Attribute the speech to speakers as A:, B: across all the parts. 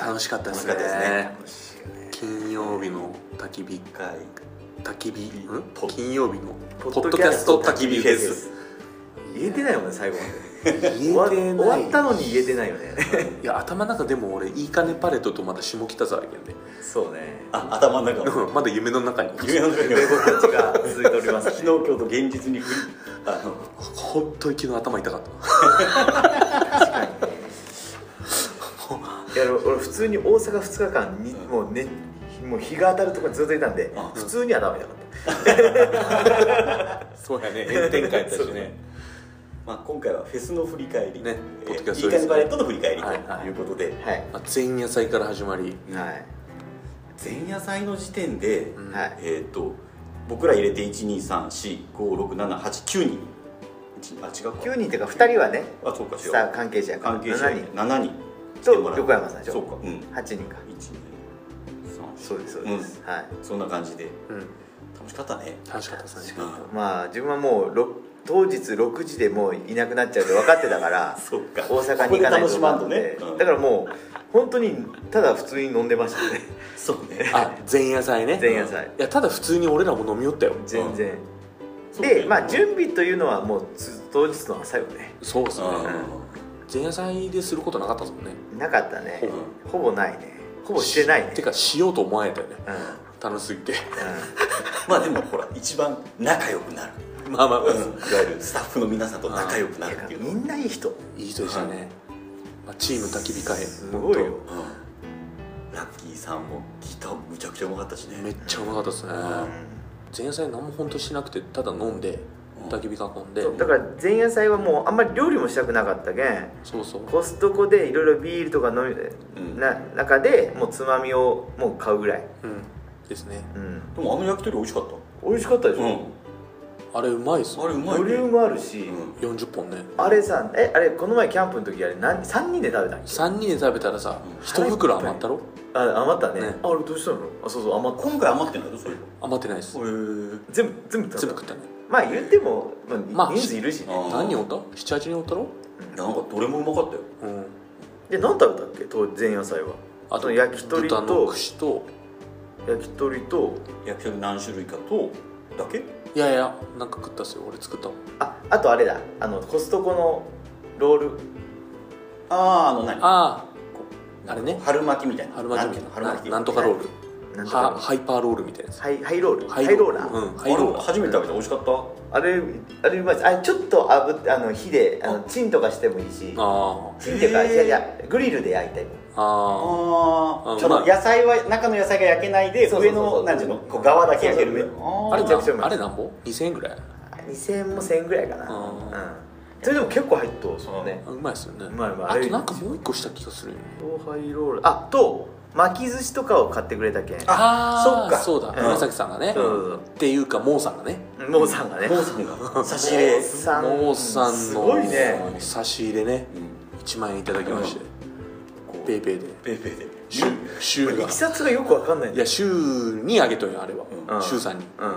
A: 楽しかったですね
B: 楽しかったですね
A: 金曜日の焚き火
B: はい
A: 焚き火ん
B: ポッ
A: 金曜日のポッドキャスト焚き火フェス
B: 言えてないもんね最後ま
A: 言え
B: で終わ
A: て
B: 終
A: な
B: わった
A: い
B: のに言えてないよね
A: いや頭の中でも俺いいかねパレットとまた下北沢やけどね
B: そうね
C: あ頭の中の
A: うんまだ夢の中に
C: 夢の中に
B: 英語たちが続いております、
C: 昨日
B: ね、
C: 今日と現実に振りあの
A: 本当に昨日頭痛かった
B: いや俺普通に大阪2日間にもう,、ね、もう日が当たるところにずっといたんで
C: あ
B: 普通にはダメだかった
A: そうやね
C: 炎天下やったしねまあ今回はフェスの振り返り
A: ね
C: えー
A: ポッドキャス
C: い
A: ト
C: い
A: で
C: 感
A: す
C: じパレットの振り返りと
A: はいはい
C: いうことで、
B: はい、
A: まあ前夜祭から始まり
B: はい
C: 前夜祭の時点で、
A: うん
B: はい
C: えっ、と僕ら入れて123456789人一あ違うか
B: 9人というか2人はね
C: あそうか違
B: スター
C: う
B: 関係者やから
C: 関係者
B: 7
C: 7人
B: 人と横山さんでし
C: そう
B: ょ
C: かうん
B: 8人かそうですそうです、はい
C: 123そんな感じで
A: うん
C: 楽しかったね
A: 楽しかったですね
C: うん
B: まあ自分はもうろ当日6時でもういなくなっちゃうって分かってたから
C: そうか
B: 大阪に行かない
C: ことこで楽し
B: 思
C: まん
B: う
C: と
B: ん
C: ね
B: で、
C: うん
B: だからもう本当にただ普通に飲んでましたね
C: そうね
A: あ 前夜祭ね
B: 前夜祭
A: いやただ普通に俺らも飲み寄ったよ
B: 全然、
C: そうね
B: でまあ準備というのはもうつ当日の朝よね
A: そうですね
C: う
A: 前夜祭ですることなかったですもんね
B: なかったね
A: ほ
C: ぼ
B: ほぼないねほぼしてないね
A: てかしようと思われたよね
B: うん、うん
A: 楽しすぎて
C: まあでもほら一番仲良くなる
A: まあまあまあ
C: うんいわゆるスタッフの皆さんと仲良く なるって
B: て
C: い
B: か
C: う
B: みんないい人
A: いい人でしたね、まあ、チーム焚き火会
B: すごいよ
C: うんラッキーさんもギターむちゃくちゃうまかったしね
A: めっちゃうまかったですね前夜祭何も本当しなくてただ飲んで
C: うん
A: 焚き火囲んで
B: そうだから前夜祭はもうあんまり料理もしたくなかったけん
A: そうそう
B: コストコでいろいろビールとか飲み、
C: うん
B: な中でもうつまみをもう買うぐらい、
A: うんですね
B: うん、
C: でもあの焼き鳥美味しかった
B: 美味しかったでし
C: うん
B: ょ、
A: あれうまいっす
C: あれうまいね
B: ボリュームあるし、
C: うん
A: 40本ね
B: あれさえあれこの前キャンプの時あれ何3人で食べたんけ
A: 3人で食べたらさ
C: うん
A: 1袋余ったろ
B: あ余ったね
A: ね
B: ああれどうしたのあそうそう余った
C: 今回余ってないのそれへ
A: 余ってないです
C: え
B: 全部全部食べた
A: 全部食ったね
B: まあ言っても、ま
A: ま
B: あ、
A: あ
B: 人数いるしね
C: あ
A: 何人おった ?78 人おったろ
C: なんかどれもうまかったよ
A: うん
B: で何食べたっけ当前野菜は
A: あ
B: そ
A: と
B: の焼き鳥
A: 豚の
B: と
A: 串と
B: 焼き鳥と
C: 焼き鳥何種類かとだけ
A: いやいやなんか食ったっすよ俺作ったもん
B: ああとあれだあのコストコのロール
C: あああの何
A: あ
C: こう
A: あれね
C: 春巻きみたい
A: あ
C: な
A: 春巻きみたい
C: な
A: なん
C: ていうの春巻き
A: なんとかロール
B: なんとか
A: はハイパーロールみたいなやつ
B: ハイハイロールハイローラー、
A: うんハ
C: あ
A: イ
C: れ
A: ローラー
C: 初めて食べた美味しかった
B: あれあれうまいですあれちょっと炙ってあの火であの
C: あ
B: チンとかしてもいいし
A: あ
B: チンっていうか
C: へー
B: いやいやグリルで焼いたりも
A: あああ
C: あ
A: うん
C: あちょっと
A: まあ
C: 野菜は中の野菜が焼けないで
B: そうそう
C: 上
B: そうそう
C: のなんていうのこう側だけ焼けるね
B: そうそう
A: あれ
B: めちゃくちゃうまい
A: あれなんぼ ?2000 円ぐらい
B: 2000円も1000円ぐらいかな
A: あ
B: うん
A: ー
B: それでも結構入っとうそのね
A: あうまいっすよね
B: うまいうまい
A: あとなんかもう一個した気がするよね
B: ハイロールあと巻き寿司とかを買ってくれたけん
C: あ
A: あー
C: そっか
A: そうだ
B: ん
A: 紫さんがね
B: そうそう
A: っていうかモーさんがね
B: そうモーさんがね
C: モーさんが差し入れ
B: モーさん
A: モーさん
B: すごいね
A: の差し入れね1万円いただきまして
C: こう
A: ペイペイで
C: ペイペイで
A: シュシュ
B: い
A: が
B: きさつがよくわかんないん
A: い
B: だ
A: や
B: よ
A: 週にあげとんよあれ
B: う
A: は
B: ん
A: 週さんに
B: うん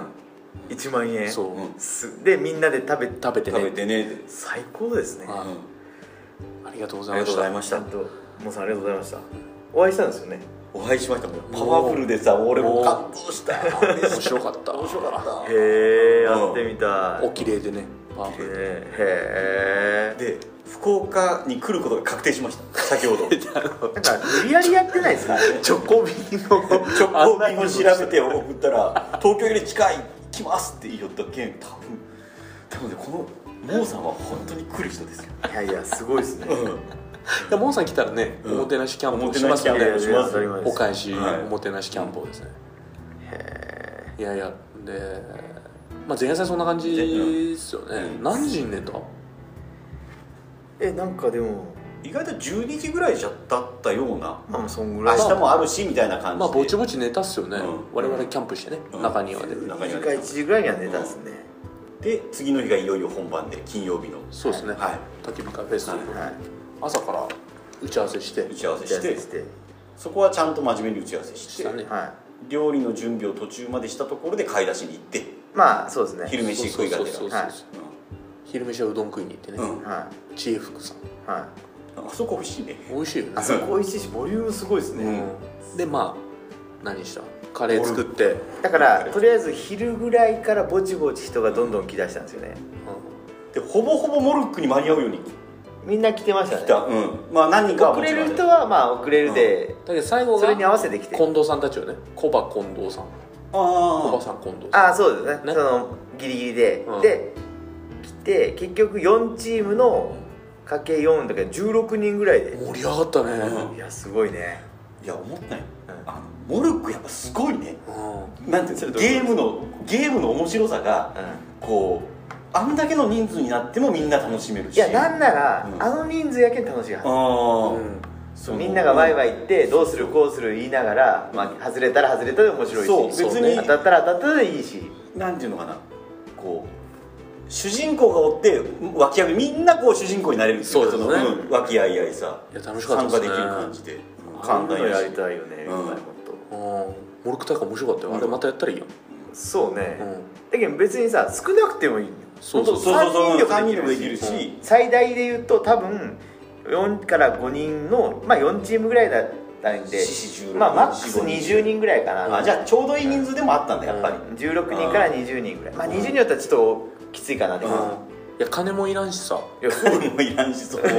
B: 1万円
A: そう
C: うん
B: すでみんなで食べ
A: 食べて
C: 食べ
A: ね
C: てねで
B: 最高ですね
A: あ
C: うん
A: ありがとうご
C: あ
A: ざ
C: り
A: いま
C: がとう
A: し
C: ござい
A: た
C: まし
B: ちゃ
C: た
B: んとモーさんありがとうございましたお会いしたんですよね
C: お会いしましたもんパワフルでさ俺も感動した
A: 面白かった
C: 面白かった
B: へえ
C: うん
B: 会ってみたい
A: お綺麗でねパワフル
B: へえ
C: で福岡に来ることが確定しました先 ほ
B: な
C: ど
B: んか無理やりやってないですか
A: チョコビの
C: 直行便を調べて送ったら東京より近い来ますって言いよったけん多分多分ねこのモーさんは本当に来る人ですよ
B: いやいやすごいですね
A: でモンさん来たらね、
C: うん
A: おもてなしキャンプ
C: おも
A: を
C: て
A: し
C: な
A: ま
C: し
A: す
C: キャ
A: よ
C: ン
A: ね
C: プをしま
B: い
C: す
B: やいや当たり前です
A: お返し、
C: はい
A: おもてなしキャンプをですね、いやいやで、まあ、前夜祭そんな感じですよね、
C: うん
A: 何時に寝た
B: えなんかでも
C: 意外と12時ぐらいじゃだったような
B: まあそんぐ
C: 明
B: らい
C: 日もあるしみたいな感じで
A: まあぼちぼち寝たっすよね、
C: うん
A: 我々キャンプしてね、
C: うん
A: 中庭で、
C: 中
B: 2時
C: 庭
B: か
C: で
B: 1時ぐらいには寝たんですね、
C: で次の日がいよいよ本番で金曜日の
A: そうですね、
C: は
A: 焚き火会フェス、
C: はい
B: はい
A: 朝から打ち合わせして
C: い打ち合わせ
B: じゃあ
C: して
B: して
C: そこはちゃんと真面目に打ち合わせして
A: したね
B: は
C: 料理の準備を途中までしたところで買い出しに行って、
B: いまあそうですね
C: 昼飯食いがてら
A: そうそうそうそう
B: はい
A: 昼飯はうどん食いに行ってね、
C: うん
B: は
A: 知恵福さん
B: いは
C: あそこ欲しいね
A: 美味しいよね
B: あそこ美味しいしボリュームすごいですね、
A: うんでまあ何したカレー作って、うん
B: だからとりあえず昼ぐらいからぼちぼち人がどんどん来だしたんですよね
C: でほぼほぼモルックに間に合うように
B: みんな来てましたね
C: 来た、うんまあ何人かは
B: 遅
C: もち
B: れ
C: ろん
B: る人はまあ遅れるで、
A: だけど最後
B: そ
A: が
B: れに
A: 近
B: 合わせて来て
A: 藤さんたちよねコバ近藤さんコバ
C: あ
A: さん近藤さん
B: ああそうですね
A: ね
B: そのギリギリで、
A: うん
B: で来て結局4チームのかけ4だから16人ぐらいで、
A: 盛り上がったね、
C: うん
B: いやすごいね
C: あいや思ったよ、
B: うん
C: あのモルックやっぱすごいね
A: うん
C: なんていうんですかゲームのゲームの面白さが
B: う
C: こうあんだけの人数になってもみんな楽しめる
B: ん
C: し
B: いやなんなら、
C: うん
B: あの人数やけん楽しいはず
C: あ
A: う
C: ー
A: ん
C: その
B: みんながワイワイ言ってどうするこうする言いながら、まあ、外れたら外れたで面白いし
C: そう
A: そう
C: 別
A: ね
C: に
B: 当たったら当たったでいいし
C: なんていうのかなこう主人公がおって脇役みんなこう主人公になれるってい
A: そうですね
C: のん和気あいあいさ
A: いや楽しかったですね
C: 参加できる感じで、うん
B: 簡
C: 簡
B: 単
C: 単
B: や
C: や
B: り
C: した
B: いよね、
C: うん
B: うまいこ
A: う
B: と
A: んモルック大会面白かったよあれまたやったらいいよ、
B: そうね、
A: うん
B: だけど別にさ少なくてもいいよ
A: そうそ
C: そ
A: うう
C: そう
B: 本当
C: そう
B: 三
C: 3
B: 人でも
C: 人でも
B: で
C: で
B: き
C: き
B: る
C: る
B: し
C: し、
B: 最大で言うと多分4から5人の、まあ、4チームぐらいだったんで
C: 4 16
B: まあマックス20人ぐらいかな、
C: あじゃあちょうどいい人数でもあったんだやっぱり、
B: 16人から20人ぐらいまあ
C: うん
B: 20人だったらちょっときついかなって
A: うん
B: 感
A: いや金もいらんしさ、
B: じ、いやそう
C: もういらんしそう
A: うん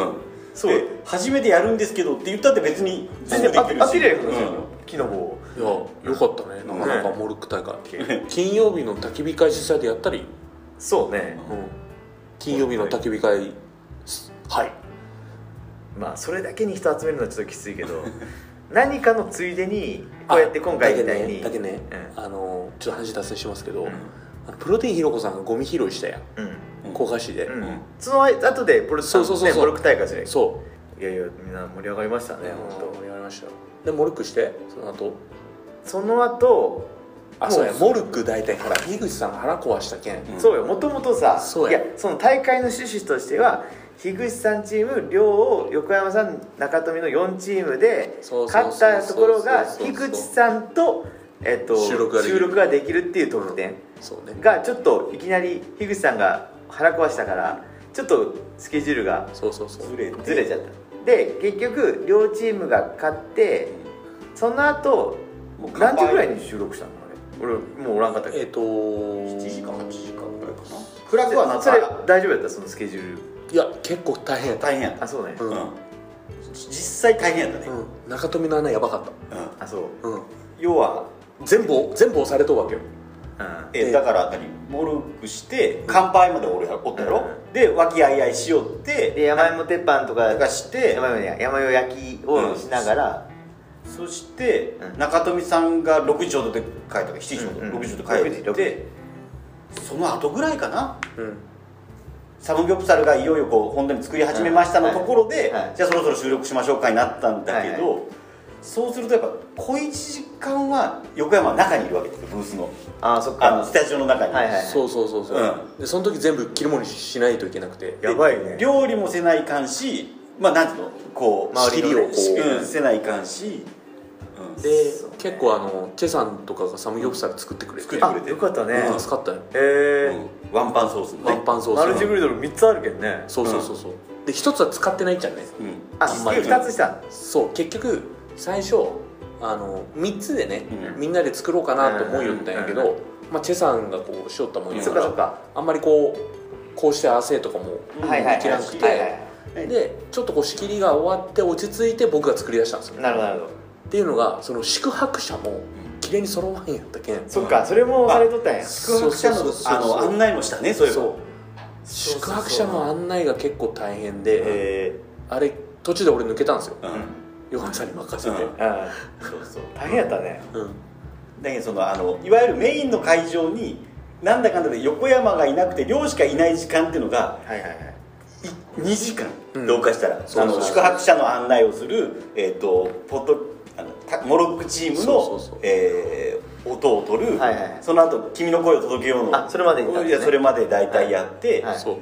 C: うん
B: そう
C: で初めてやるんですけどって言ったって別に
B: 全然
C: で
B: あ
C: きるし
B: アピールやけど、
C: うん
B: 木の棒
A: いやよかったねなかなかモルック大会、
B: ね
A: 金曜日の焚き火会主催でやったり、うん、
B: そうね
A: 金曜日の焚き火会すはい
B: まあそれだけに人集めるのはちょっときついけど何かのついでにこうやって今回みたいに
A: だけどねだけどね
B: う
A: あのちょっと話脱線しますけど、
B: うん
A: あのプロテインひろこさんがゴミ拾いしたやん
B: うん
C: うん
A: 甲賀市で、
B: うん
C: うん
B: その後でボル
A: そうそうそうそう
B: ねボルク大会じゃない
A: そ
B: いやいやみんな盛り上がりました
A: う、
B: ね本
A: 盛り上がりましたよでモルックしてその後
B: 当。その後
A: あ
B: もう
A: そうやモルック大体ほら樋口さんが腹壊したけん、
C: うん
B: そうよもともとさ
A: そう
B: い
A: や
B: やその大会の趣旨としては樋口さんチーム両を横山さん中富の4チームで
A: そうそう
B: 勝
A: そう
B: っ
A: そう
B: たところが
A: そうそう
B: 樋
A: そう
B: 口さんと,、えっと
A: 収録ができる
B: ができるっていう特典
A: そうね
B: がちょっといきなり樋口さんが腹壊したからちょっとスケジュールが
A: そうそうそう
C: ずれて
B: ずれちゃったで結局両チームが勝ってその後
C: もう
B: 何
C: 乾杯
B: 時ぐらいに収録したのあれ俺もうおらんかった
A: え
B: け
A: っ、
B: ど
A: と7
C: 7時間8時間ぐらいかなフラグはな
B: そ
C: か
B: れ
C: った
B: 大丈夫やったそのスケジュール
A: いや結構大変やった、
C: 大変やった
B: あそうね、
A: うん
C: うん実際大変やったね、
A: うん、中富の穴やばかった
C: うん
B: あそう
A: うん、
C: 要は
A: 全部全部押されとうわけよ
B: うん
C: え
A: で
C: だから何モルックして乾杯まで俺がおったやろ、
B: う
C: で和気あいあいしよって
B: で山芋鉄板とか
C: なんかして
B: 山芋や山芋焼きをしながら、
C: そして、
B: うん
C: 中富さんが6時ちょうどで帰ったから7時ちょうど、
B: うんうん
C: 6時ちょうど帰
B: 6
C: っ
B: 時
C: てその後ぐらいかな
A: うん
C: サムギョプサルがいよいよこう本当に作り始めましたの
B: はい
C: ところで、
B: はい
C: じゃあそろそろ収録しましょうかになったんだけど、
B: は
C: そうするとやっぱ小1時間は横山の中にいるわけですよブースの
B: ああそっ
C: あの
B: か
C: スタジオの中に、
B: はいはい
A: そうそうそうそう、
C: う
A: でその時全部切り盛りしないといけなくて
B: やばいね
C: 料理もせないかんしまあなんていうのこう
B: 周りのね
C: 仕切りをこう、
B: うん
C: せないかんし、うん
A: で、
B: そうね
A: 結構あのチェさんとかがサムギョプサル作ってくれて、
C: 作って
A: あ
B: あよかったね、
C: うん
A: 助かったよ
B: えー
C: うんワンパンソースのね
A: ワンパンソース
B: マルチグリドル3つあるけんね
A: そうそうそうそう、で一つは使ってないじゃんね
C: うん
B: あ
A: あんまり
B: 2つしたん
A: そう結局最初あの3つでね、
C: うん
A: みんなで作ろうかなと思いよったんやけど、
B: うん
A: まあ、チェさんがこうしよったもんや
B: そ
A: か、
B: っからそっか、
A: あんまりこうこうして合わせとかも
C: うん
B: はいはい
A: でき
B: は
A: ないくて
B: はいはい
C: うん
A: でちょっとこう仕切りが終わって落ち着いて僕が作り出したんですよ
B: なるほどなるほど
A: っていうのがその宿泊者も綺麗に揃わんやったけん
B: そっかそれもされとったんや
A: そ
C: 宿泊者
A: そうそ
C: の
A: うそう
C: あの案内もしたねそういえば
A: そう宿泊者の案内が結構大変で、
B: え
A: あれ途中で俺抜けたんですよ
C: うん
A: 横山さんに任せて、
C: うん
B: ー、あ
C: そうそう
B: ー大変やったね
A: うん
C: だけどそのあのいわゆるメインの会場になんだかんだで横山がいなくて寮しかいない時間っていうのが
B: はいはいはい
C: い2時間
A: うん
C: 同化したら、
A: そう
C: あの
A: そう
C: 宿泊者の案内をする、えー、とポッドあのたモロックチームの
A: そうそうそう
C: えー音を取る、
B: はいはい
C: その後君の声を届けよう」の
B: あそれまで行ったんですね
C: いやそれまで大体やって、
B: はい
A: そう
C: う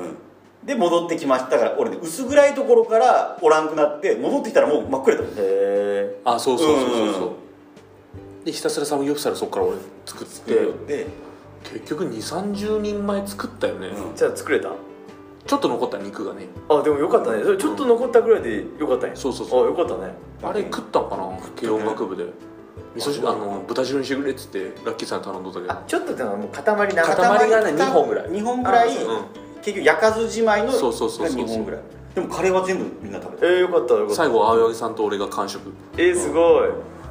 C: ん、で戻ってきましたから俺ね薄暗いところからおらんくなって戻ってきたらもう真っ暗だもん
B: え
A: あそうそうそうそうそう
C: う
A: でひたすらサムギョプサルそっから俺作って
C: で、
A: 結局2 3 0人前作ったよね、
C: うん
B: じゃあ作れた
A: ちょっと残った肉がね
B: あでもよかったねそれちょっと残ったぐらいでよかったんや
A: そうそうそう
B: あよかったね
A: あれ食ったんかな軽音楽部で味噌汁あの豚汁にしてくれっつってラッキーさんに頼んどったけど
B: あちょっとでももう塊な
A: 塊がね二本ぐらい
C: 2本ぐらい
B: あ
A: うん
C: 結局焼かずじまいの
A: そうそうそうそう
C: 2本ぐらいでもカレーは全部みんな食べ
B: え
C: た
B: ー、よかったよかった
A: 最後は青柳さんと俺が完食
B: えー、すごい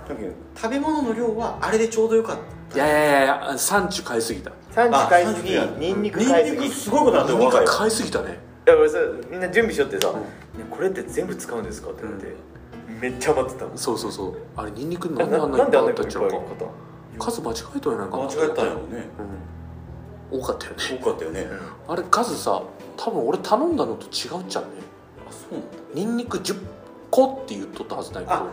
C: だけど食べ物の量はあれでちょうどよかった
A: いやいやいや産地買いすぎた
B: 産地買いす
C: あ
B: ぎニンニク買いすぎ
C: ニンニ
B: い
C: クすごいことなってる
A: 何
C: 若
A: か
C: い
A: 買いすぎたね
B: や俺さみんな準備しよってさ、ねこれって全部使うんですかって言って、めっちゃ余ってたもん
A: そうそうそうあれニンニク
B: え
A: なんであ
B: なんな
A: なにい
B: ん
A: っ
B: で
A: ぱいあった
B: あんなにい
A: っ
B: っ
A: ち
B: ぱ
A: ゃ
B: いう買
A: か
B: った
A: 数間違えたんやないか
C: 間
A: な
C: 違えたんやろね
A: うん多かったよね
C: 多かったよね
A: あれ数さ多分俺頼んだのと違うっちゃうね
C: あそうなんだ
A: ニンニク10個って言っとったはずだけ
C: あ
A: ど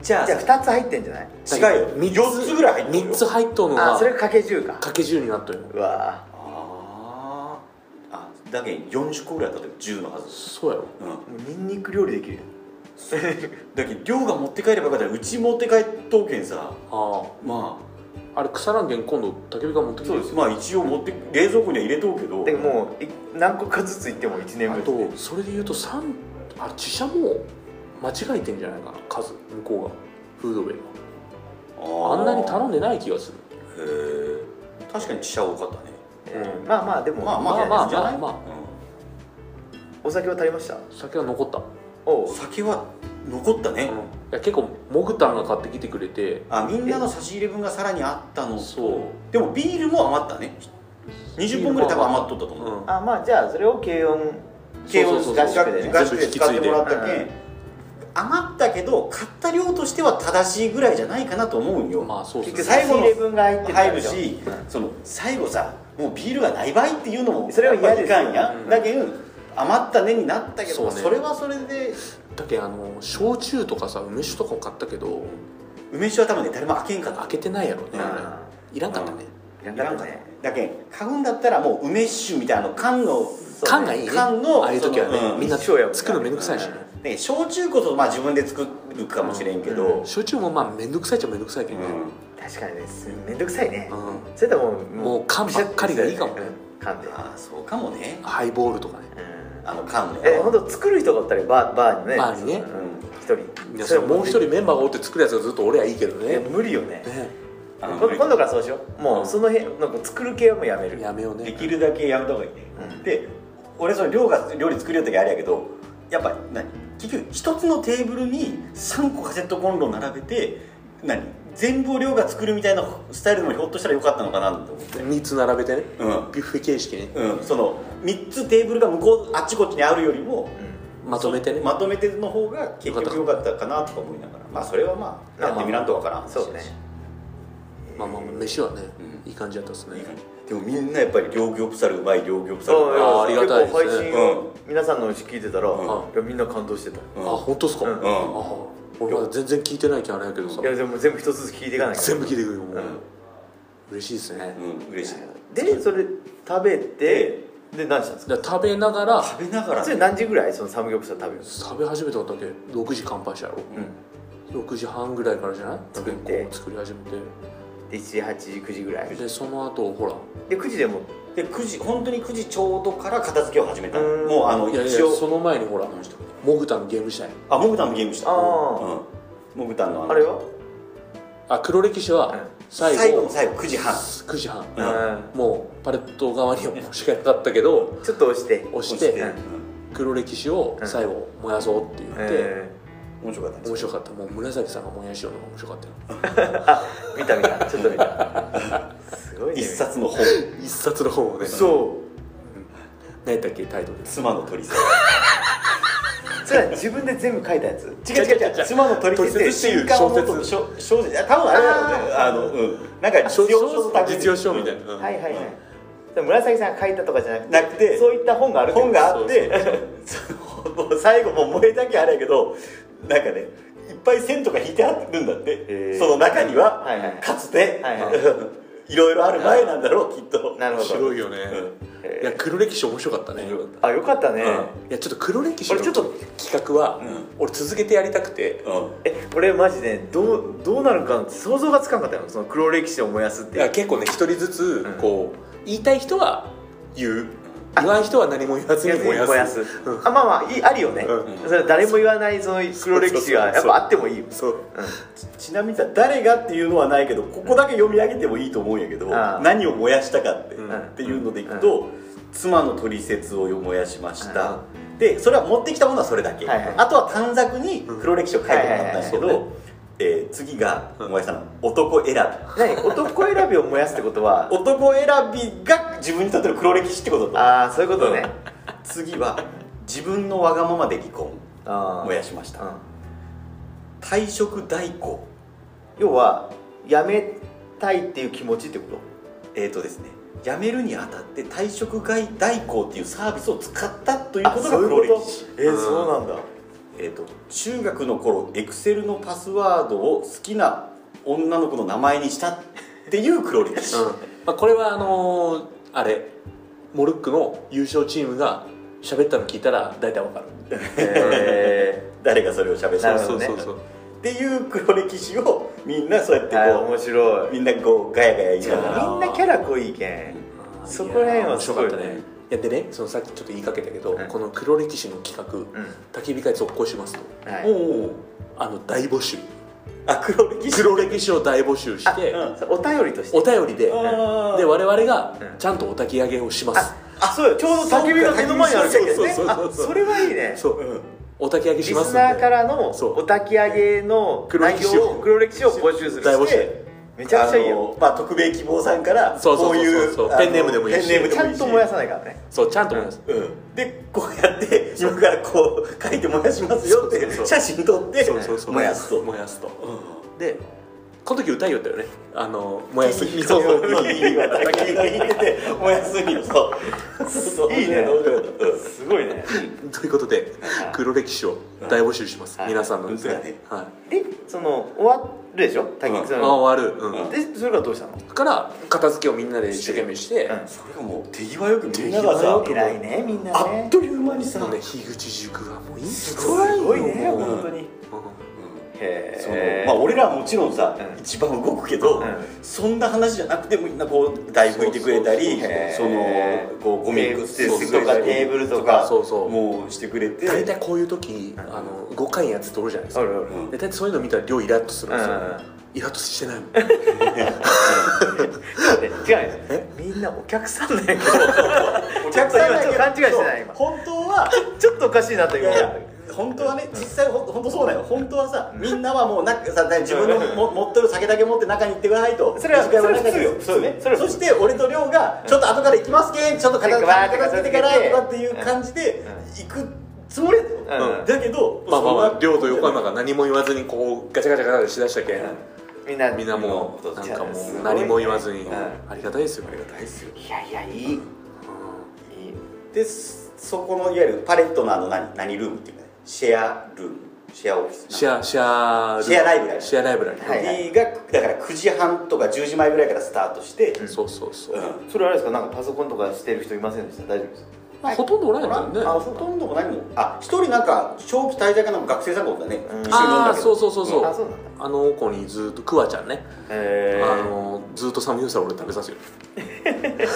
C: じゃ
B: じゃあ2つ入ってんじゃない
C: あ違うよ
A: 三つ
C: 4つぐらい入ってる
A: 3
C: よ
A: つ入っとうの
B: あ
A: が
B: それかけ10か
A: かけ10になったよ
B: うわ
C: あーあだけど4種個ぐらいだったら10のはずです
A: そうやろ
C: うん
B: ーもうニンニク料理で きるよ
C: だけど量が持って帰ればよかったらうち持って帰っとうけんさ
A: あ
C: ま
A: ああれ腐らんげん今度竹火が持ってき
C: あ
A: て
C: そうですまあ一応持って冷蔵庫には入れとうけど
B: だけどもうい何個かずついっても1年
A: あ
B: 分
A: とそれで言うと3あれ自社も間違えてんじゃないかな数向こうがフードウェイが
C: あ
A: あんなに頼
C: ん
A: んでない気がする
C: へえ確かに自社多かったね
B: えーまあまあでも、
C: まあまあ
A: まあまあ
C: じゃない
A: まあま
B: お酒は足りました
A: 酒は残った、
B: お
C: うん
B: う
C: 酒は残ったね
A: いや結構モグタンが買ってきてくれて
C: あみんなの差し入れ分がさらにあったの
A: そ
C: でもビールも余ったね20本ぐらい多分余っとったと
A: う、
C: 思う
A: うん、
B: あまあじゃあそれを軽音
C: 慶応
A: そうそう
C: 合
A: そう
C: 宿で合宿で使ってもらったけ
B: うん
C: 余ったけど買った量としては正しいぐらいじゃないかなと思うんよ、
A: まあそうっす
B: 結局
A: ね
B: 最後の入れ分が入って
C: 入
B: で
C: る
B: しょ
C: し、
B: う
C: その最後さもうビールがない場合っていうのも
B: それは嫌ですよ
C: やっぱいかんや、
A: うん
C: だけど余ったねになったけど
A: そう
C: そ,、
A: ね
C: れはそれで
A: だけどあの焼酎とかさ梅酒とかも買ったけど
C: 梅酒は多分ね誰も開けんかった
A: 開けてないやろね、
B: ん
A: あれいらんかったね、
B: いらん
C: いら
B: か
C: ん
B: った
C: かった
B: ね
C: だけん買うんだったらもう梅酒みたいなあの缶の
B: そう
A: 缶がいいね
C: 缶の
A: ああいう時はね
C: そのうん
A: みんな
B: 一緒やもんな
A: 作るのめんどくさいしね、
C: ね焼酎こそまあ自分で作るかもしれんけど、
A: 焼酎もまあめんどくさいっちゃめんどくさいけどね、
C: うん
B: 確かにですめんどくさいね、
A: うん
B: それともう
A: もう缶ばっかりがいいかもね
B: うん缶で、
C: ああそうかもね
A: ハイボールとかね
B: うん
C: あの缶の
B: え本当作る人がおったらバーバーにね
A: バーにね
B: うん一人
A: いやそれもう一人
B: い
A: メンバーがおって作るやつがずっと俺はいいけど
B: や
A: ね
B: 無理よね
A: ね
C: あの
B: 今今度からそうしようも
A: うん
B: うその辺なんか作る系はもうやめる
A: やめよう
C: で
A: ね
C: きるだけやめた方がいいね、
B: うん
C: で俺その量が料理作るような時あれやけどやっぱ何結局一つのテーブルに3個カセットコンロ並べて何全部を量が作るみたいなスタイルのもひょっとしたらよかったのかなと思って
A: 3つ並べてね
C: う
A: ビュッフェ形式ね
C: ん、うん、その3つテーブルが向こうあっちこっちにあるよりも、
A: まとめてね
C: そうまとめての方が結局よかったかなとか思いながらまあそれはまあやってみらんとわからん
B: そうね
A: まあまあ飯はね
C: う
A: いい感じだったですね
C: でもみんなやっぱり両ギョプサルうまい両ギョプサルうまい
A: あーありがたいですね
B: 結構配信を皆さんのうち聞いてたら、
C: うん
B: いやみんな感動してた、
A: あ
C: うん
A: 本当っすか
B: うん
A: ああ俺まだ全然聞いてないけどあれやけどさ
B: いやでも全部一つずつ聞いていかないから
A: 全部聞いてくるよも
B: う
A: うん嬉しいですね
C: うん嬉しい
B: でそれ食べてで何したんですか
A: だから食べながら
C: 食べながら
B: それ何時ぐらいそのサムギョプサル食べるんですか
A: 食べ始めたんだっけ6時乾杯したやろ6時半ぐらいからじゃない
B: 作って
A: こう作り始め
B: で78時9時ぐらい
A: てでその後ほら
B: で9時でも
C: で9時本当に9時ちょうどから片付けを始めた
B: うん
C: もうあの
A: いやいや
C: 一応
A: その前にほらモグタのゲームしたい
C: あモグタンのゲームした
B: あー
C: うんモグタンのの
B: あれは
A: あ黒歴史
B: う
A: は
B: ん
A: 最後
C: 最後の最後9時半
A: 9時半
C: うん
B: うん
A: もうパレット側にはもうしかなかったけど
B: ちょっと押して
A: 押し
C: う
A: て
C: ん
A: 黒歴史を最後燃やそうって言って
B: え
C: 面白かったです
A: 面白かったもう紫さんが燃やしようのが面白かったよ
B: ー見た見たちょっと見たすごいね
C: 一冊の本
A: 一冊の本をね
B: そ
A: 何やったっけタイトル
C: 妻の取説
B: うそれは自分で全部書いたやつ
C: 違う違う違う妻の取説っていう瞬間をもっと小小説いや多分あれだろうねあのうんなんか実用書の類
A: 実用書みたいなうん
B: はいはいはいでも紫さんが書いたとかじゃなくて
C: なくて
B: そういった本があるってこと
C: 本があってそ のもう最後もう燃えだけあれやけどなんかねいっぱい線とか引いてあるんだって、
B: へー
C: その中には、
B: はいはい
C: かつて、
B: はいいはい
C: ろいろある前なんだろうきっと
B: なるほど
A: 白いよね
B: えー
A: いや黒歴史面白かったね
B: あよかったね、
C: うん
A: いやちょっと黒歴史の
B: 俺ちょっと
A: 企画は
C: うん
A: 俺続けてやりたくて
C: ど、うん
B: え俺マジでどうどうなるか想像がつかんかったよその黒歴史を燃やすっ
A: い
B: てい
A: や
B: う
A: 結構ね一人ずつ
B: うん
A: こう言いたい人は言う言わん人は何も言わずに燃やす
B: 燃やす
A: うん
B: あまあまあいいあるよね、
A: うん
B: それは誰も言わないその黒歴史がやっぱあってもいいよ
A: そう
C: ちなみにさ誰がっていうのはないけどここだけ読み上げてもいいと思うんやけど
B: あー
C: 何を燃やしたかって,、
A: うん
C: っていうのでいくと、妻の取説を燃やしました、でそれは持ってきたものはそれだけ、
B: はいはい
C: あとは短冊に黒歴史を書いてもらったんやけど、
A: うんはいはいは
C: えー次が燃やしたのは男選び
B: 何男選びを燃やすってことは
C: 男選びが自分にとっての黒歴史ってことだ
B: ああそういうことね
C: 次は自分のわがままで離婚
B: あー
C: 燃やしまし
B: う
C: た
B: ん
C: 退職代行
B: 要はやめたいっていう気持ちってこ
C: えーとですね辞めるにあたって退職外代行っていうサービスを使ったという
B: と
C: ことが黒歴史
B: えーそうなんだ
C: えーと中学の頃エクセルのパスワードを好きな女の子の名前にしたっていう黒歴史、
A: うんまあ、これはあのーあれモルックの優勝チームが喋ったの聞いたら大体わかる
B: え
C: 誰がそれを喋った
B: なるほど
C: のか
B: ね
C: そうそうそうっていう黒歴史をみんなそうやっ
B: ー、あー
C: て
B: 面白
C: こう
B: い
C: みんなこうガヤガヤ言いながら
B: みんなキャラ濃いけんそこら辺はすごい
A: 面白かったねいやでねそのさっきちょっと言いかけたけど、
B: うん
A: この黒歴史の企画、
B: うん
A: 焚き火会続行しますと、
B: はい
A: おうおうあの大募集
C: あ黒歴史
A: 黒歴史を大募集して、
C: あ
B: そうお便りとして
A: お便りで、
C: あー
A: で我々が
B: うん
A: ちゃんとお焚き上げをします、
B: あそうよちょうど焚き火が目の前にあるけどね
A: そうそうそう
B: あ
A: そう
B: それはいいね
A: そう、
C: うん
A: お焚き上げ
B: リ
A: しま
B: ス
A: すんで
B: ナーからのお
A: そう
B: 焚き上げの
A: 黒歴
B: 内
A: 史を
B: 容を黒歴史を募集する
A: 大募集
B: してめちゃくちゃいい
C: あ
B: よ
C: のまあ、匿名希望さんから
A: そうそう
C: こ
A: そう
C: ういう
A: そう
C: あの
A: ペンネームでもいいし
C: ペンネームで
B: ち
C: も
B: ゃ
C: いい
B: ん
C: し
B: と燃やさないからね
A: そうちゃんと思います、
C: うん、でこうやって今からこう書いて燃やしますよっ
A: そう
C: て
A: そうそう
C: 写真撮って
A: そうそうそう
C: 燃やすと
A: 燃やすと、でこの時歌いよったよねあの燃やす
C: そうそういいわ焚き火が引いてて燃やすにそうそうそう
B: いいね
C: 面白かったうん
B: すごいね
A: ということで黒歴史を大募集します、
B: はい
A: 皆さんのですね、
C: はい
A: はい
B: でその終わるでしょ焚き
C: うん
B: 火そ
A: あ
B: の
A: 終わる、うん
C: うん
B: でそれからどうしたの
A: から片付けをみんなで一生懸命して、
B: うん
C: それがもう手際よくみんな
A: 手
C: が
A: 際
C: さ
A: よく
B: 偉いねみんな
C: あっ
B: ね
C: という間にさ、
A: もうね樋口塾はもういいす
B: すごい
A: よ
B: ね
A: もう
B: 本当に
C: うんその
B: へえ
C: まあ、俺らはもちろんさ、
B: うん
C: 一番動くけど、
B: うん
C: そんな話じゃなくてみんなこう台拭いてくれたり
A: そうそう
B: そう
C: そのこうゴミ
B: テーブル
C: 捨て
B: そう
C: て
B: そう
C: とか
B: テーブルと
A: あ
B: か
A: そうそう
C: もうしてくれて
A: 大体こういう時あのごかいやつっておるじゃないです
B: あ
A: か
B: るある
C: うん
A: で大体そういうの見たら量イラッとするんですよ、
B: う
A: イラッとしてないもん
B: んで違うよみんなお客さんだよ
C: お
B: 客さんが今勘違いしてない今
C: 本当は
B: ちょっとおかしいなと
C: い
B: いう
C: やいや本当はね実際ほん本当そうだよ本当はさみんなはもうなんかさ自分のも持ってる酒だけ持って中に行ってくださいと
B: それは
C: 時間なかった
B: それは普通よ
C: そうね
B: それは普
C: そ
B: 通
C: して俺と亮がちょっと後から行きますけんちょっと片付
B: わーって
C: 片付けてからとかっていう
B: うん
C: 感じで
B: う
C: 行くつもりやった
B: う
C: よ
B: ん
C: だけど
A: まあまあまあ
C: そん
A: 亮
C: な
A: と横山が何も言わずにこうガチャガチャガチャしだしたけん
B: みんな
A: みんなもう
C: うん
A: なんかも
B: すごいうね
A: 何も言わずに
B: うん
A: ありがたいですよ
C: ありがたいっすよ
B: いやいやいいいい
C: でそそこのいわゆるパレットのあの何何ルームっていうかねシェアルームシェアオフィス
A: シェアシェア
C: シェアライブラリ
A: シェアライブラリー
B: はい
C: D がだから9時半とか10時前ぐらいからスタートして、
A: そうそうそう、
C: うん
B: それあれですかなんかパソコンとかしてる人いませんでした大丈夫です
A: ほとんどおらんやったよね
C: あほとんども何もあ一人なんか長期滞在かなんか学生さんがおったね、
B: ん
C: 一緒に飲ん
A: あ
C: だ
A: あ
C: け
A: そ
C: ど
A: うそうそうそう、
B: あそうなんだ
A: あの子にずっとクワちゃんね、
B: え
A: あのずっとサムギョプサル俺食べさせる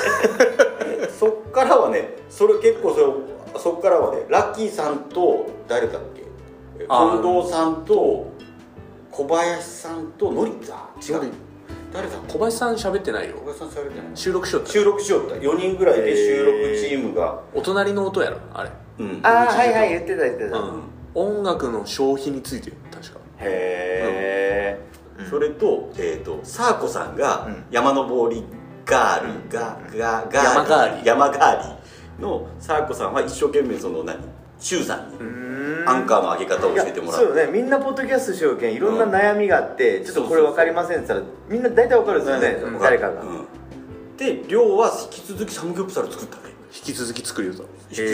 C: そっからはねそれ結構それそっからはねラッキーさんと誰だっけえ
A: あー
C: 近藤さんと小林さんとノリだ違
A: ノリ
C: う誰だ
A: 小林さん喋ってないよ
C: 小林さんされてない
A: 収録しようって
C: 収録しよった4人ぐらいで収録チームが、
A: お隣の音やろあれ、
C: うん
B: ああはいはい言ってた言ってた、
A: うん、音楽の消費について確か
B: へえ、
C: それと,、えー、とサーコさんが
B: うん
C: 山登りガールが、がが
A: 山ガーリ
C: 山ガーリのサーコさんは一生懸命その何周さんにアンカーの上げ方を
B: い
C: 教
B: や
C: えてもら
B: そう
C: う
B: よねみんなポッドキャストしようけんいろんな悩みがあって、ちょっとこれ分かりませんって言ったらみんな大体分かるんですよね、
A: うん
B: 誰かが、
C: うんで亮は引き続きサムギョプサル作ったね
A: 引き続き作るよと
C: 引き続き作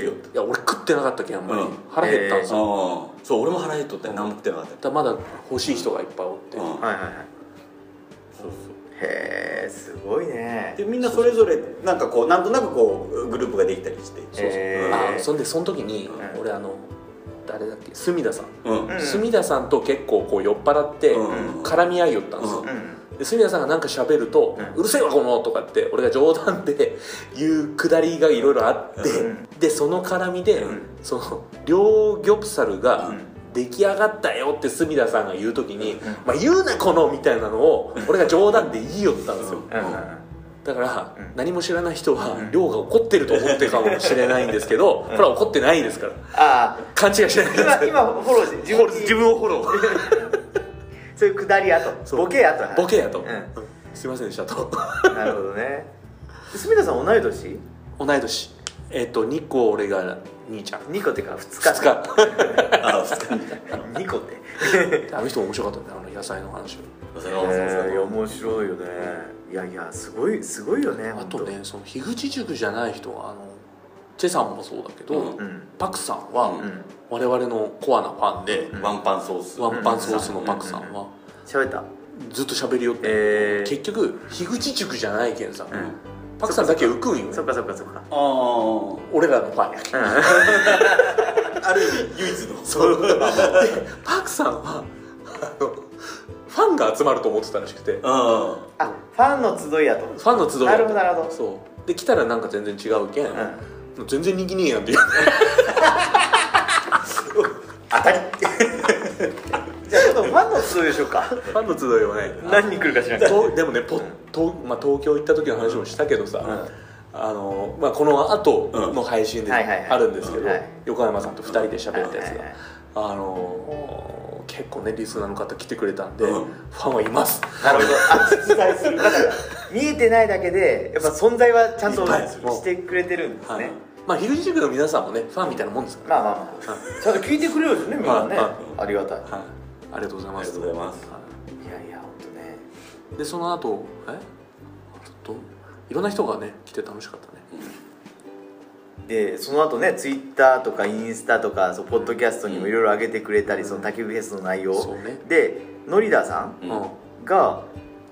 C: るよって
A: いや俺食ってなかったけんあんまり、
C: うん
A: 腹減ったんですよ、
C: ああそう俺も腹減っとったよ何も食ってなかったよ
A: だからまだ欲しい人がいっぱいおって、
C: うん
B: はいはいはい
C: そうそう
B: へえすごいね
C: でみんなそれぞれなんかこうなんとなくこうグループができたりして
B: そうへー
A: あそんでその時に、
B: うん
A: 俺あの誰だっけ隅田さん
C: うんうん
B: うん
A: 隅田さんと結構こう酔っ払って
C: うん
A: 絡み合いよったんですよ、
C: うん
B: うん
A: で住谷さんが何か喋ると、
B: うん
A: うるせえわこの」とかって俺が冗談で 言うくだりがいろいろあって、
B: うん
A: でその絡みで、
B: うん
A: その両ギョプサルが、
B: うん
A: 出来上がったよって隅田さんが言う時に「
B: ん
A: まあ、言うなこの」みたいなのを俺が冗談で言いよったんですよ、
B: うんうん
A: だから、
B: うん
A: 何も知らない人は、
B: うん
A: 亮が怒ってると思ってるかもしれないんですけど、これは怒ってないですから
B: ああ
A: 勘違いしないでくだ
B: 今
A: さい
B: 今フォローして自分に
A: 自分をフォロー
B: そういう下りやと
A: そう
B: ボケやと
A: ボケやと、
B: うん
A: うんすいませんでしたと
B: なるほどね住田さん同い年
A: 同い年えっ、と2個俺が兄ちゃん
B: 2個っていうか2日
A: 2日
C: ああ2日に
B: 2個って
A: あの人面白かったねあの野菜の話
C: そ
B: え
C: れはそうそう
B: ーいや面白いよねいやいやすごいすごいよね
A: あ
B: 本
A: と
B: 当
A: ねその樋口塾じゃない人はあのチェさんもそうだけど、
C: うん
B: うん
A: パクさんは、
C: う
B: うん
A: 我々のコアなファンで、
B: ん
C: ワンパンソース
A: ワンパンソースのパクさんは
B: 喋った
A: ずっと喋りよって、
B: えー
A: 結局樋口塾じゃないけんさ、
B: うん
A: パクさんだけ浮くんよ
B: そっ
A: ね
B: かそっかそっか
C: ああ
A: 俺らのファンやけん
C: ある意味唯一の
A: そうで パクさんはあのファンが集まると思ってたらしくてフ
C: あ
B: あファンの集いやと
A: ァンの集いだ
B: なるほどなるほど
A: そうで来たらなんか全然違うけん、
B: うん
A: 全然人気ねえやんって言う
C: 当たり
B: じゃあちょっとファンの集いでしょうか
A: ファンの集いはね
B: 何人来るか知らんけど
A: と でもねポ東,、まあ、東京行った時の話もしたけどさ、あのまあ、この後の配信で
B: うんはいはいはい
A: あるんですけど、
B: はい
A: 横山さんと2人で喋ったやつ
B: はいはい
A: が、
B: はい
A: あのー結構ねリスナーの方来てくれたんで、
C: うん
A: ファンはいます
B: なるほどあ実在するだから見えてないだけでやっぱ存在はちゃんと
C: いっぱいす
A: る
B: してくれてるんです
A: はい
B: ね
A: まあ昼時塾の皆さんもねファンみたいなもんですから、
B: まあまあまあちゃんと聞いてくれるんですねみんなね
A: は
B: ありがたい
A: はい、ありがとうござい
C: あ
A: ま
C: りが
A: す
C: とうございます
B: いやいや本当ね
A: はいでその後えちょっといろんな人がね来て楽しかったね
B: でその後ねツイッターとかインスタとかそうポッドキャストにもいろいろ上げてくれたり、その焚き火フェスの内容、
A: そうね
B: でノリダさ
C: うんん
B: が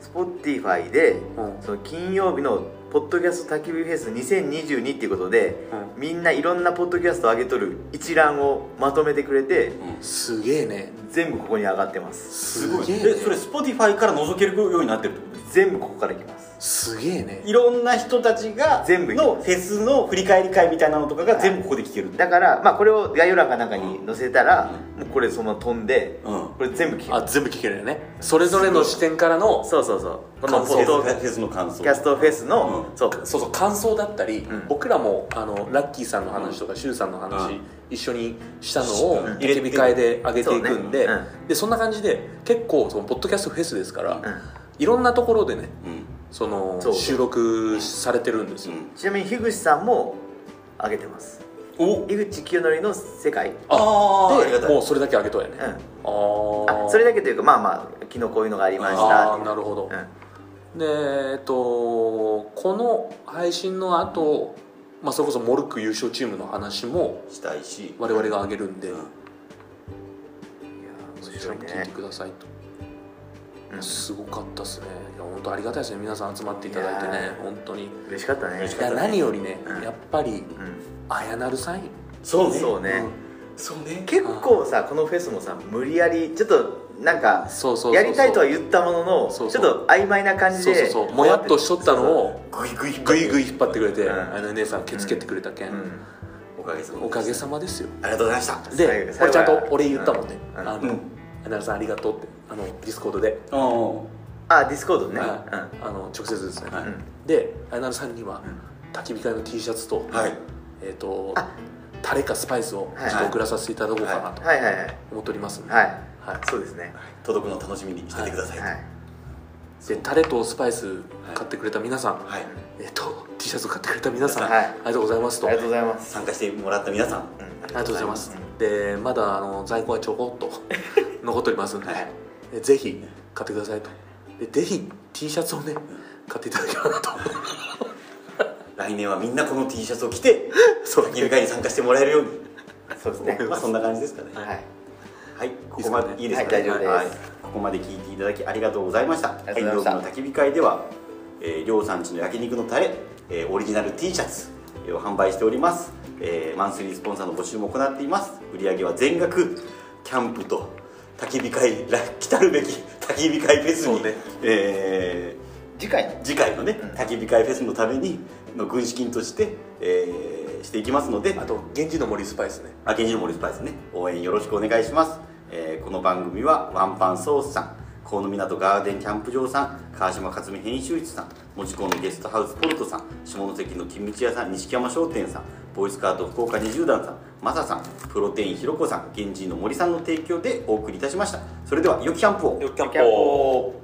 B: Spotify で、
A: うん
B: その金曜日のポッドキャスト焚き火フェス2022っていうことで、
A: う
B: みんないろんなポッドキャストを上げとる一覧をまとめてくれて、
A: すげえね
B: 全部ここに上がってます
A: す
C: すごい
A: げえ
C: ね
A: ね
C: えそれ Spotify から覗けるようになってるってことです
B: 全部ここからいきます
A: すげえね
C: いろんな人たちが
B: 全部
C: のフェスの振り返り会みたいなのとかが
B: はい
C: 全部ここで聞ける
B: だから、まあ、これを概要欄かなんかに載せたら、もうこれそのまま飛んで、
C: うん
B: これ全部聞ける
A: あ全部聞けるよねそれぞれの視点からの
B: そうそうそうこの
C: 感
B: ポ
C: 想
B: ッド
C: フェスの感想
B: キャストフェスの、
C: うん
B: そう
A: そうそう感想だったり、
B: ん
A: 僕らもあのラッキーさんの話とか、シュウさんの話、
C: うん
A: 一緒にしたのを
C: うん
A: 入れてみ替えで上げていくんで,、
B: そうね
A: でそんな感じで結構そのポッドキャストフェスですから、
B: うん
A: いろんなところでね
C: うん
A: その
B: そう
A: 収録されてるんですよ、
C: うん
B: ちなみに樋口さんも上げてます
C: お
B: 井口清則の世界
C: あーありが
A: で
C: たい
A: もうそれだけ上げとやね、
B: うん
A: あー
B: あそれだけというかまあまあ昨日こういうのがありました
A: あーなるほど、
B: うん
A: でえっとこの配信の後、まあそれこそモルック優勝チームの話も
C: したいし
A: 我々が上げるんで、
C: うん
B: いやー
A: そ
B: 面
A: ちら
B: 白い
A: も聞いて
B: ね
A: くださいと、
B: うん
A: すごかったですねいや本当ありがたいですね皆さん集まっていただいて
B: い
A: ね
B: やー
A: 本当にい
B: 嬉しかったね
C: 嬉しか
A: や
C: ったね
A: 何よりね、
B: うん
A: やっぱり
B: う
A: 綾成さんよ
C: そうんね
B: そうね
C: そうね
B: 結構さこのフェスもさ無理やりちょっとなんか
A: そうそうそうそう
B: やりたいとは言ったもののち
A: そ
B: ょっ
A: うそう
B: と曖昧な感じ
A: そうそう
B: で
A: そうもやっとしとったの
B: を
A: を
C: グイグイ
A: ぐいぐい引っ張ってくれて、
B: うん
A: あの姉さんけつけてくれたけん、
C: おかげさまで
A: おかげさまですよ
C: ありがとうございました
B: 最
A: で
B: 後
A: 俺ちゃん
B: 最後
A: と
B: は
A: 俺言ったもんね、
B: うん
A: あの、
C: うん
A: 綾成さんありがとうってあのディスコードで、
C: あ
B: あディスコードね
A: はいあの直接ですね、
C: はい
A: で綾成さんには焚き火会の T シャツと、
C: あはい
A: えっ、と
B: あ
A: タレかスパイスをちょっと送らさせていただこうかな
B: う
A: と
B: んはいはいはい
A: 思っておりますので、
B: はい
A: はい
B: そうですね
C: 届くの楽しみにしててください
B: はい
A: でタレとスパイス買ってくれた皆さん、
C: はい
A: えっ、と T シャツ買ってくれた皆さん、
B: はい
A: ありがとうございますと
B: ありがとうございます
C: 参加してもらった皆さん
B: うん
A: ありがとうございます
B: ありがと
A: でまだあの在庫はちょこっと残っておりますので、
B: はい
A: でぜひ買ってくださいとでぜひ T シャツをね買っていただければなと
C: 来年はみんなこの T シャツを着て
A: そう
C: 焚き火会に参加してもらえるよう
B: そうですね
C: にまあそんな感じですかね
B: はい
C: はいここまで
A: い
C: いい
A: い
C: で
B: ですす
C: か
B: かね
C: ね
B: はい大丈夫です
C: はいここまで聞いていただきありがとうございました
B: りがとうございました
C: 太陽の焚き火会ではえーりょうさんちの焼肉のタレえーオリジナル T シャツを販売しておりますえーマンスリースポンサーの募集も行っています売り上げは全額キャンプと焚き火会ら来たるべき焚き火会フェス
A: そう
C: に、
A: ね
C: え
B: 次回
C: ー次回のね、
B: うん
C: 焚き火会フェスのためにの軍資金として、えーしていきますので
A: あと現地の森スパイスね
C: 明けじの森スパイスね応援よろしくお願いします、えーこの番組はワンパンソースさん河野港ガーデンキャンプ場さん川島克美編集室さん門司港のゲストハウスポルトさん下関の金道屋さん錦山商店さんボイスカート福岡20段さんマサさんプロテインひろこさん源氏の森さんの提供でお送りいたしましたそれではよきキャンプを
A: よっキャン
B: キャンプを